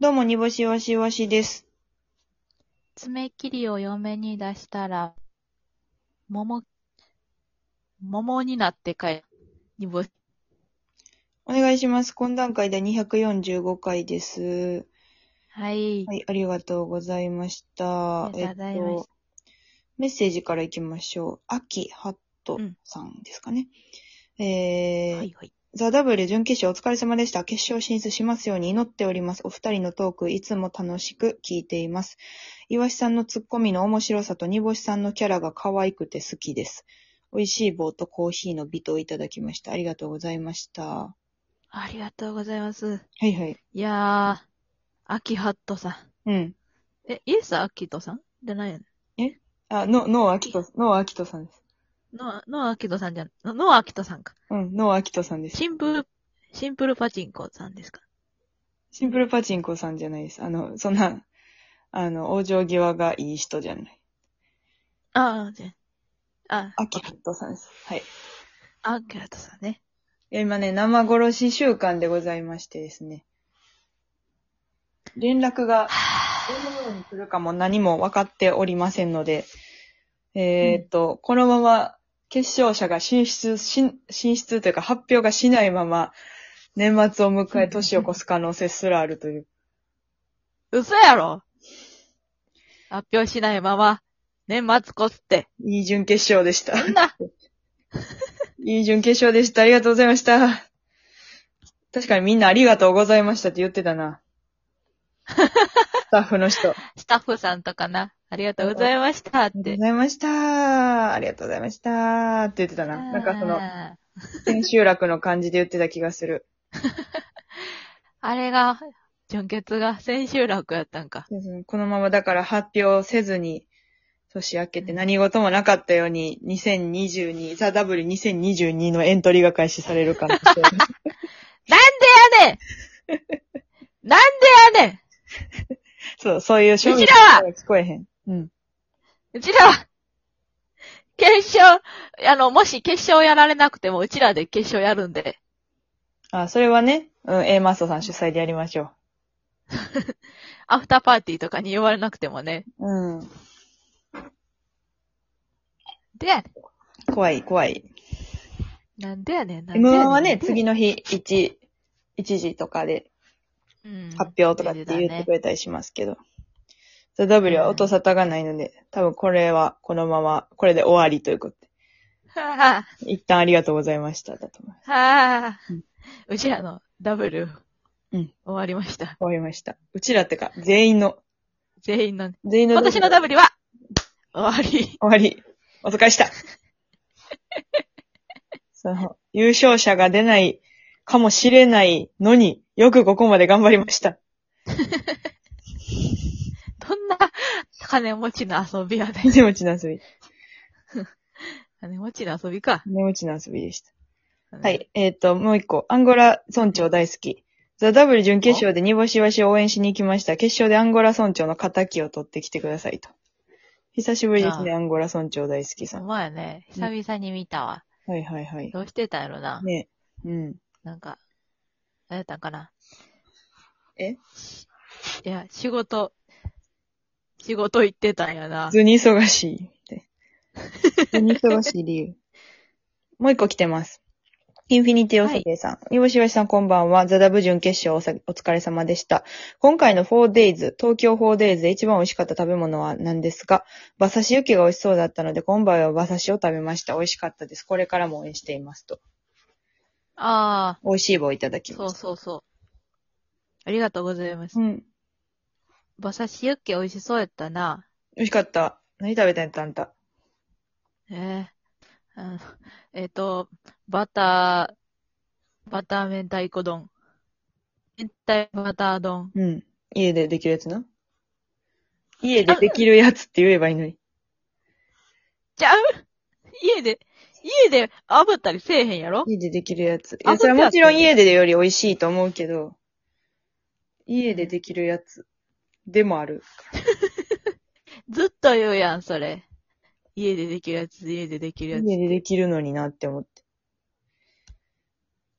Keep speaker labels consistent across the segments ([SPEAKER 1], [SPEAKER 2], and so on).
[SPEAKER 1] どうも、煮干しわしわしです。
[SPEAKER 2] 爪切りを嫁に出したら、桃、桃になって帰る。煮干し
[SPEAKER 1] お願いします。懇談会で245回です。
[SPEAKER 2] はい。
[SPEAKER 1] はい、ありがとうございました。
[SPEAKER 2] ありがとうございました
[SPEAKER 1] えっと、メッセージからいきましょう。秋ハットさんですかね。えー
[SPEAKER 2] はいはい。
[SPEAKER 1] ザ・ W 準決勝お疲れ様でした。決勝進出しますように祈っております。お二人のトーク、いつも楽しく聞いています。岩シさんのツッコミの面白さと煮干しさんのキャラが可愛くて好きです。美味しい棒とコーヒーの美といただきました。ありがとうございました。は
[SPEAKER 2] ありがとうございます。
[SPEAKER 1] いはい。
[SPEAKER 2] いやー、秋ハットさん。
[SPEAKER 1] うん。
[SPEAKER 2] え、イエスアキトさんじゃないよね。
[SPEAKER 1] あ、の、ノーアキト、ノーアキトさんです。
[SPEAKER 2] ノア、ノアアキトさんじゃん。ノノアアキトさんか。
[SPEAKER 1] うん、ノーアキトさんです。
[SPEAKER 2] シンプル、シンプルパチンコさんですか。
[SPEAKER 1] シンプルパチンコさんじゃないです。あの、そんな、あの、往生際がいい人じゃない。
[SPEAKER 2] ああ、じゃあ、
[SPEAKER 1] アキハットさんです。はい。
[SPEAKER 2] あ、アキハットさんね。
[SPEAKER 1] いや、今ね、生殺し習慣でございましてですね。連絡が、どのように来るかも何も分かっておりませんので、えーっと、このまま決勝者が進出し、進出というか発表がしないまま、年末を迎え年を越す可能性すらあるという。
[SPEAKER 2] 嘘やろ発表しないまま、年末こすって。
[SPEAKER 1] いい準決勝でした。
[SPEAKER 2] そんな、
[SPEAKER 1] いい準決勝でした。ありがとうございました。確かにみんなありがとうございましたって言ってたな。スタッフの人。
[SPEAKER 2] スタッフさんとかな、ありがとうございましたっ
[SPEAKER 1] ありがとう
[SPEAKER 2] て
[SPEAKER 1] ご。ざいました。ありがとうございました。って言ってたな。なんかその、
[SPEAKER 2] あー
[SPEAKER 1] 千秋楽の感じで言ってた気がする。
[SPEAKER 2] あれが、準決が千秋楽やったんか。
[SPEAKER 1] このままだから発表せずに、年明けて何事もなかったように、2022、ザ・ W2022 のエントリーが開始されるかもし れない。
[SPEAKER 2] やねんなんでやね
[SPEAKER 1] そう、そういう
[SPEAKER 2] うちらは
[SPEAKER 1] が聞こえへん。うん。
[SPEAKER 2] んうちらは、決勝、あの、もし決勝やられなくても、うちらで決勝やるんで。
[SPEAKER 1] あ、それはね、うん、A マストさん主催でやりましょ
[SPEAKER 2] アフターパーティーとかに呼ばれなくてもね。
[SPEAKER 1] う。うん。
[SPEAKER 2] でやね
[SPEAKER 1] 怖い、怖い。
[SPEAKER 2] ん。なんでやねん。なんでや
[SPEAKER 1] M1 はね、。
[SPEAKER 2] なんでや
[SPEAKER 1] 次の日、1、1時とかで
[SPEAKER 2] うん
[SPEAKER 1] 発表とかって言ってくれたりしますけど。ザ・ W は音沙汰がないので、多分これはこのまま、これで終わりということで。
[SPEAKER 2] はぁ、は
[SPEAKER 1] 一旦ありがとうございました。だと思います。
[SPEAKER 2] ぁ、は
[SPEAKER 1] う
[SPEAKER 2] ぁ
[SPEAKER 1] ん
[SPEAKER 2] うちらのダブル、
[SPEAKER 1] うん
[SPEAKER 2] 終わりました。
[SPEAKER 1] 終わりました。うちらってか、全員の、
[SPEAKER 2] 全員の、
[SPEAKER 1] 全員の
[SPEAKER 2] 今年のダブルは、終わり。
[SPEAKER 1] 終わり。お疲れ した。その、優勝者が出ないかもしれないのに、よくここまで頑張りました。
[SPEAKER 2] どんな金持ちの遊びやねん。
[SPEAKER 1] 金持ちの遊び。
[SPEAKER 2] 金持ちの遊びか。
[SPEAKER 1] 金持ちの遊びでした。は。。
[SPEAKER 2] はい
[SPEAKER 1] えっ、と、もう一個。アンゴラ村長大好き。ザ・ダブル準決勝で煮干しわしを応援しに行きました。決勝でアンゴラ村長の仇を取ってきてくださいと。久しぶりですね、
[SPEAKER 2] あ
[SPEAKER 1] アンゴラ村長大好きさ
[SPEAKER 2] ほん
[SPEAKER 1] ん。
[SPEAKER 2] まやね。久々に見たわ。
[SPEAKER 1] はいはいはい。
[SPEAKER 2] どうしてたんやろな。
[SPEAKER 1] ねうん。
[SPEAKER 2] なんか、何やったんかな。
[SPEAKER 1] え
[SPEAKER 2] しいや、仕事、仕事行ってたんやな
[SPEAKER 1] 普。通に忙しいみたいな。普通に忙しい理由。 もう一個来てます。インフィニティおさげさん。煮干しわしさんこんばんは。ザダブ準決勝おさお疲れ様でした。今回の 4days、東京 4days で一番美味しかった食べ物は何ですか馬刺し雪が美味しそうだったので、今晩は馬刺しを食べました。美味しかったです。これからも応援していますと。
[SPEAKER 2] あ
[SPEAKER 1] 美味しい棒いただ
[SPEAKER 2] あ、
[SPEAKER 1] き
[SPEAKER 2] そ
[SPEAKER 1] ま
[SPEAKER 2] う
[SPEAKER 1] した。
[SPEAKER 2] そうそう。ありがとうございます。
[SPEAKER 1] うん。
[SPEAKER 2] 馬刺しユッケ美味しそうやったな。
[SPEAKER 1] 美味しかった。何食べたんやったあんた。
[SPEAKER 2] ええあのえっ、と、バター、バター明太子丼。明太バター丼。
[SPEAKER 1] うん。家でできるやつな。家でできるやつって言えばいいのに。
[SPEAKER 2] ちゃう家で、家で炙ったりせえへんやろ
[SPEAKER 1] 家でできるやつ。い
[SPEAKER 2] あ
[SPEAKER 1] や、それは
[SPEAKER 2] 本当や
[SPEAKER 1] もちろん家でより美味しいと思うけど、家でできるやつでもある。
[SPEAKER 2] ずっと言うやん、それ。家でできるやつ、家でできるや
[SPEAKER 1] 家
[SPEAKER 2] つ。
[SPEAKER 1] でできるのになって思って。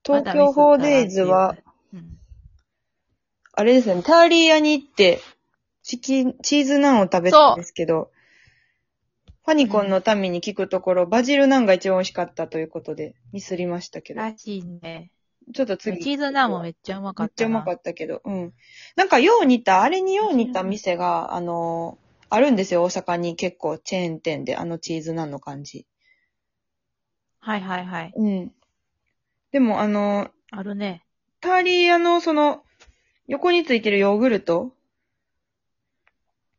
[SPEAKER 2] ま
[SPEAKER 1] 東
[SPEAKER 2] だ
[SPEAKER 1] 京
[SPEAKER 2] ミスったな
[SPEAKER 1] 4days は、
[SPEAKER 2] うん。
[SPEAKER 1] あれですね、ターリー屋に行って、チキン、チーズナンを食べたんですけど、ファニコンの民に聞くところ、バジルナンが一番美味しかったということで、ミスりましたけど、
[SPEAKER 2] らしいね。
[SPEAKER 1] ちょっと
[SPEAKER 2] チ
[SPEAKER 1] 次。
[SPEAKER 2] ーズナンもめっちゃうまか
[SPEAKER 1] め
[SPEAKER 2] っ
[SPEAKER 1] っちゃう
[SPEAKER 2] たな。
[SPEAKER 1] まかったけど、うん。なんか、よう似た、あれによう似た店が、あのーあるんですよ、大阪に結構、チェーン店で、あのチーズナンの感じ。
[SPEAKER 2] はいはいはい。
[SPEAKER 1] うん。でも、あのー
[SPEAKER 2] あるね。
[SPEAKER 1] ターリー屋の、その、横についてるヨーグルト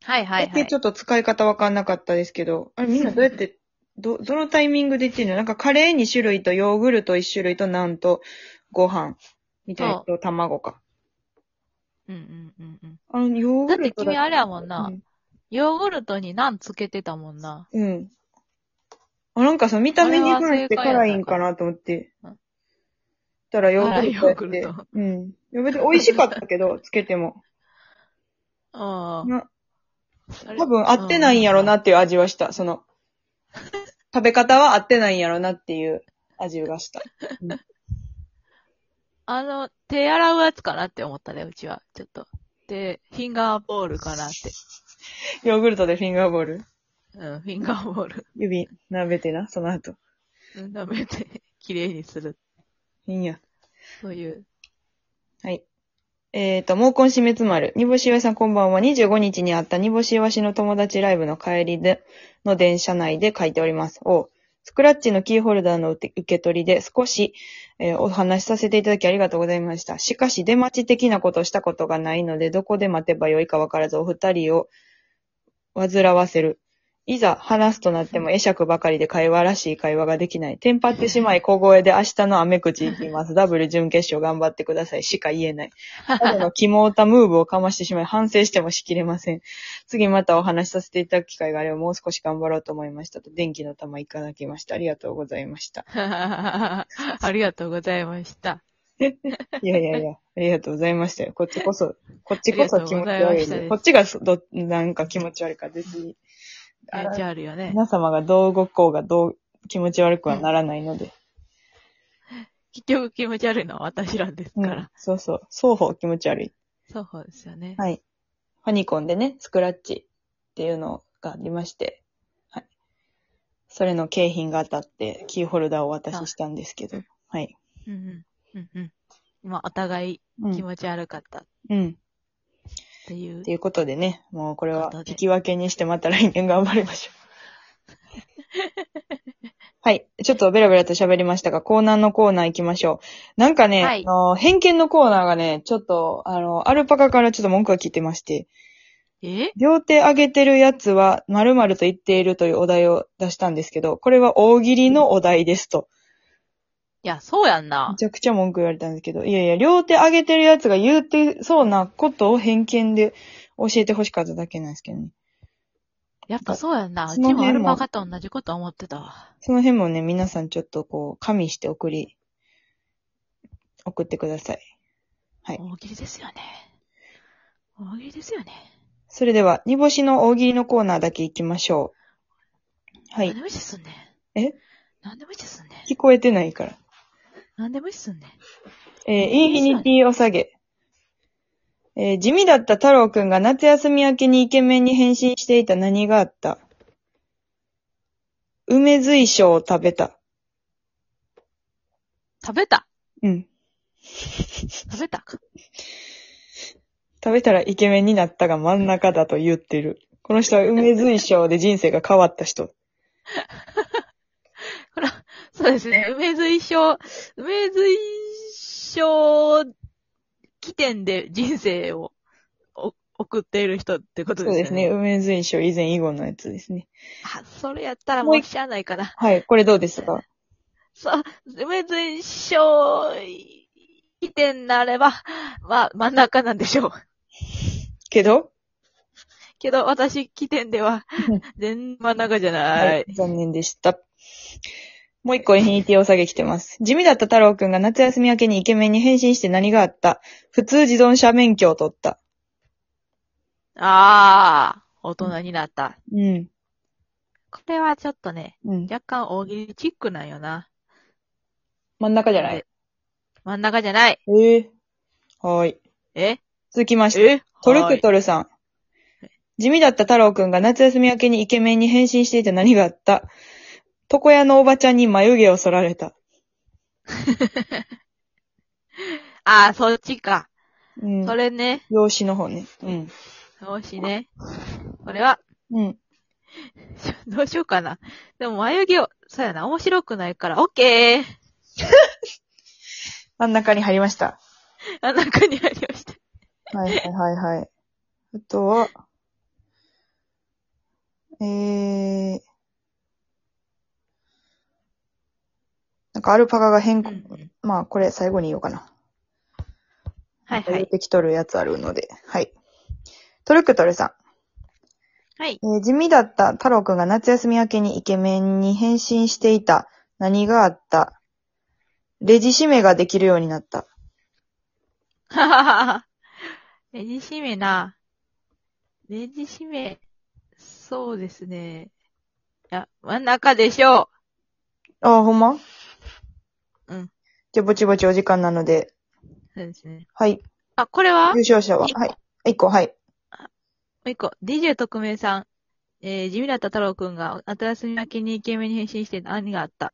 [SPEAKER 2] はいは
[SPEAKER 1] だ
[SPEAKER 2] いは
[SPEAKER 1] け
[SPEAKER 2] い
[SPEAKER 1] ちょ。っと使い方わかんなかったですけど、あれみんなどうやって、ど、どのタイミングで言ってるのなんかカレー2種類とヨーグルト1種類となんとご飯みたいなと卵か。
[SPEAKER 2] うんうんうんうん。
[SPEAKER 1] あの、ヨーグルト
[SPEAKER 2] だって君あれやもんな
[SPEAKER 1] うん。
[SPEAKER 2] ヨーグルトにナンつけてたもんな。
[SPEAKER 1] うんあ、なんかさ、見た目に関して
[SPEAKER 2] あれは正解やったんか
[SPEAKER 1] 辛いんかなと思って。
[SPEAKER 2] うん
[SPEAKER 1] たらヨーグルトやっ
[SPEAKER 2] あら
[SPEAKER 1] て
[SPEAKER 2] ヨーグルト。
[SPEAKER 1] うん。いや別に美味しかったけど、つけても。
[SPEAKER 2] あ
[SPEAKER 1] な
[SPEAKER 2] あ。
[SPEAKER 1] 多分合ってないんやろな
[SPEAKER 2] っ
[SPEAKER 1] っていう味はした。その、食べ方は合ってないんやろなっていう味がした。
[SPEAKER 2] あの、手洗うやつかなって思ったね、うちは。ちょっと。で、フィンガーボールかなって。
[SPEAKER 1] ヨーグルトでフィンガーボール。
[SPEAKER 2] うん、フィンガーボール。
[SPEAKER 1] 指、なべてな、その後。
[SPEAKER 2] うん舐めて、 綺麗にする。
[SPEAKER 1] いいんや。
[SPEAKER 2] そういう。
[SPEAKER 1] はい。えっ、と、毛根死滅丸。煮干しわしさんこんばんは。25日にあった煮干しわしの友達ライブの帰りで、の電車内で書いております。おうスクラッチのキーホルダーの受け受け取りで少し、えーお話しさせていただきありがとうございました。しかし出待ち的なことをしたことがないので、どこで待てばよいかわからずお二人を煩わせる。いざ話すとなっても会釈ばかりで会話らしい会話ができない。テンパってしまい小声で明日の雨口行きます。ダブル準決勝頑張ってくださいしか言えない。ただの肝オタムーブをかましてしまい反省してもしきれません。次またお話しさせていただく機会があればもう少し頑張ろうと思いましたと電気の玉いただきました。ありがとうございました。
[SPEAKER 2] ありがとうございました。
[SPEAKER 1] いやいやいや、ありがとうございましたよ。こっちこそ、こっちこそ気持ち
[SPEAKER 2] ありがとうご
[SPEAKER 1] 悪
[SPEAKER 2] ざい
[SPEAKER 1] い
[SPEAKER 2] ました
[SPEAKER 1] で
[SPEAKER 2] です
[SPEAKER 1] こっちがそど、なんか気持ち悪いから別に。
[SPEAKER 2] めっちゃあるよね。
[SPEAKER 1] 皆様がどう動こうがどう気持ち悪くはならないので。
[SPEAKER 2] 結局気持ち悪いのは私らです
[SPEAKER 1] うん
[SPEAKER 2] から。
[SPEAKER 1] そうそう。双方気持ち悪い。
[SPEAKER 2] そうですよね。
[SPEAKER 1] はい。ファニコンでね、スクラッチっていうのがありまして、はい。それの景品が当たって、キーホルダーをお渡ししたんですけど
[SPEAKER 2] あ、
[SPEAKER 1] はい。
[SPEAKER 2] うんうん。うんうん。まあ、お互いう気
[SPEAKER 1] ん。
[SPEAKER 2] 持ち悪かったっ
[SPEAKER 1] うん。
[SPEAKER 2] ていう
[SPEAKER 1] と。いうことでね、もうこれは
[SPEAKER 2] ということで
[SPEAKER 1] 引き分けにしてまた来年頑張りましょう。 はい。ちょっとベラベラと喋りましたが、コーナーのコーナー行きましょう。なんかね、
[SPEAKER 2] はい
[SPEAKER 1] あの、偏見のコーナーがね、ちょっと、あの、アルパカからちょっと文句が聞いてまして、
[SPEAKER 2] え
[SPEAKER 1] 両手上げてるやつは〇〇と言っているというお題を出したんですけど、これは大喜利のお題ですと。
[SPEAKER 2] いや、そうやんな
[SPEAKER 1] め。ちゃくちゃ文句言われたんですけど、いやいや、両手上げてるやつが言うてそうなことを偏見で教えてほしかっただけなんですけどね。
[SPEAKER 2] やっぱそうやんな。う
[SPEAKER 1] その
[SPEAKER 2] ちもア
[SPEAKER 1] 辺
[SPEAKER 2] ル
[SPEAKER 1] も
[SPEAKER 2] パカと同じこと思ってたわ。
[SPEAKER 1] その辺もね、皆さんちょっとこう、加味して送り、送ってください。はい
[SPEAKER 2] 大喜利ですよね。大喜利ですよね。
[SPEAKER 1] それでは、煮干しの大喜利のコーナーだけ行きましょう。は
[SPEAKER 2] 何
[SPEAKER 1] い
[SPEAKER 2] で。も無視すんねん。
[SPEAKER 1] え
[SPEAKER 2] 何でも無視すんねん。
[SPEAKER 1] 聞こえてないから。
[SPEAKER 2] 何でも無視すんねん。
[SPEAKER 1] えーインフィニティお下げ。えー地味だった太郎くんが夏休み明けにイケメンに変身していた何があった梅水晶を食べた。
[SPEAKER 2] 食べた
[SPEAKER 1] うん。
[SPEAKER 2] 食べたか。
[SPEAKER 1] 食べたらイケメンになったが真ん中だと言ってる。この人は梅水晶で人生が変わった人。
[SPEAKER 2] ほら、そうですね。梅水晶、梅水晶起点で人生をお送っている人ってこと
[SPEAKER 1] そ
[SPEAKER 2] で
[SPEAKER 1] う
[SPEAKER 2] すよね。
[SPEAKER 1] ですね。。梅水晶以前以後のやつですね。
[SPEAKER 2] あ、それやったらもうしゃあないかな。
[SPEAKER 1] はい。これどうですか
[SPEAKER 2] そう、梅水晶起点なれば、まあ、真ん中なんでしょう。
[SPEAKER 1] けど、
[SPEAKER 2] けど、私起点 では
[SPEAKER 1] うん、
[SPEAKER 2] 全然真ん中じゃな
[SPEAKER 1] はいい。。残念でした。もう一個インフィニティお下げ来てます。地味だった太郎くんが夏休み明けにイケメンに変身して何があった普通自動車免許を取った。
[SPEAKER 2] ああ、大人になった。
[SPEAKER 1] うん。
[SPEAKER 2] これはちょっとね、
[SPEAKER 1] うん。
[SPEAKER 2] 若干大喜利チックなんよな。
[SPEAKER 1] 真ん中じゃない。
[SPEAKER 2] 真ん中じゃない。
[SPEAKER 1] ええー。はーい。
[SPEAKER 2] え
[SPEAKER 1] 続きまして、
[SPEAKER 2] え
[SPEAKER 1] トルクトルさん。地味だった太郎くんが夏休み明けにイケメンに変身していて何があった床屋のおばちゃんに眉毛を剃られた。
[SPEAKER 2] ああ、そっちか。
[SPEAKER 1] うん
[SPEAKER 2] そ。れね。
[SPEAKER 1] 養子の方ね。うん。
[SPEAKER 2] もしね。これは、
[SPEAKER 1] うん。
[SPEAKER 2] どうしようかな。でも眉毛を、そうやな、面白くないから、オッケー
[SPEAKER 1] 真ん中に入りました。
[SPEAKER 2] あ、中に入りました。
[SPEAKER 1] はいはいはいはい。あとは、えー、なんかアルパカが変更、まあこれ最後に言おうかな。
[SPEAKER 2] はいは
[SPEAKER 1] 出
[SPEAKER 2] い。
[SPEAKER 1] てきとるやつあるので、はい。トルクトルさん。
[SPEAKER 2] はい。
[SPEAKER 1] えー地味だった太郎くんが夏休み明けにイケメンに変身していた。何があったレジ締めができるようになった。
[SPEAKER 2] はははは。 レジ締めな。レジ締め、そうですね。いや、真ん中でしょ
[SPEAKER 1] ああ、ほんま
[SPEAKER 2] うん。
[SPEAKER 1] じゃあ、ぼちぼちお時間なので、
[SPEAKER 2] う。そうですね。
[SPEAKER 1] はい。
[SPEAKER 2] あ、これ
[SPEAKER 1] 優
[SPEAKER 2] はも
[SPEAKER 1] 勝者は、
[SPEAKER 2] 一個
[SPEAKER 1] はい。一個、はい。
[SPEAKER 2] う一個。DJ 特命さん。えー、地味だった太郎くんが、新休み明けにイケメンに変身して何があった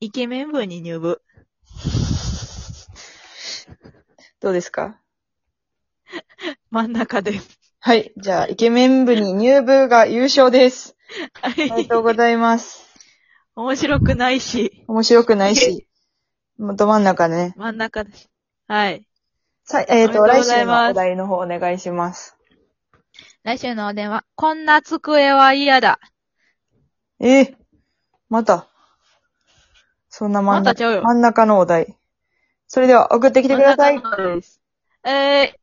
[SPEAKER 2] イケメン部に入部。
[SPEAKER 1] どうですか
[SPEAKER 2] 真ん中です。
[SPEAKER 1] はい。じゃあ、イケメン部に入部が優勝です。あ
[SPEAKER 2] は
[SPEAKER 1] り
[SPEAKER 2] い
[SPEAKER 1] が。とうございます。
[SPEAKER 2] 面白くないし、
[SPEAKER 1] 面白くないし、もうど真ん中ね。
[SPEAKER 2] 真ん中だし。はい。
[SPEAKER 1] さえっ、と、
[SPEAKER 2] おめでと
[SPEAKER 1] 来
[SPEAKER 2] うござ
[SPEAKER 1] 週
[SPEAKER 2] い
[SPEAKER 1] の
[SPEAKER 2] ます
[SPEAKER 1] お題の方お願いします。
[SPEAKER 2] 来週のお電話。こんな机は嫌だ。
[SPEAKER 1] えー、また。そんな真
[SPEAKER 2] ま
[SPEAKER 1] ん
[SPEAKER 2] た
[SPEAKER 1] 中、
[SPEAKER 2] ちゃうよ。
[SPEAKER 1] 真ん中のお題。それでは、送ってきてください。
[SPEAKER 2] 真ん中のですえー、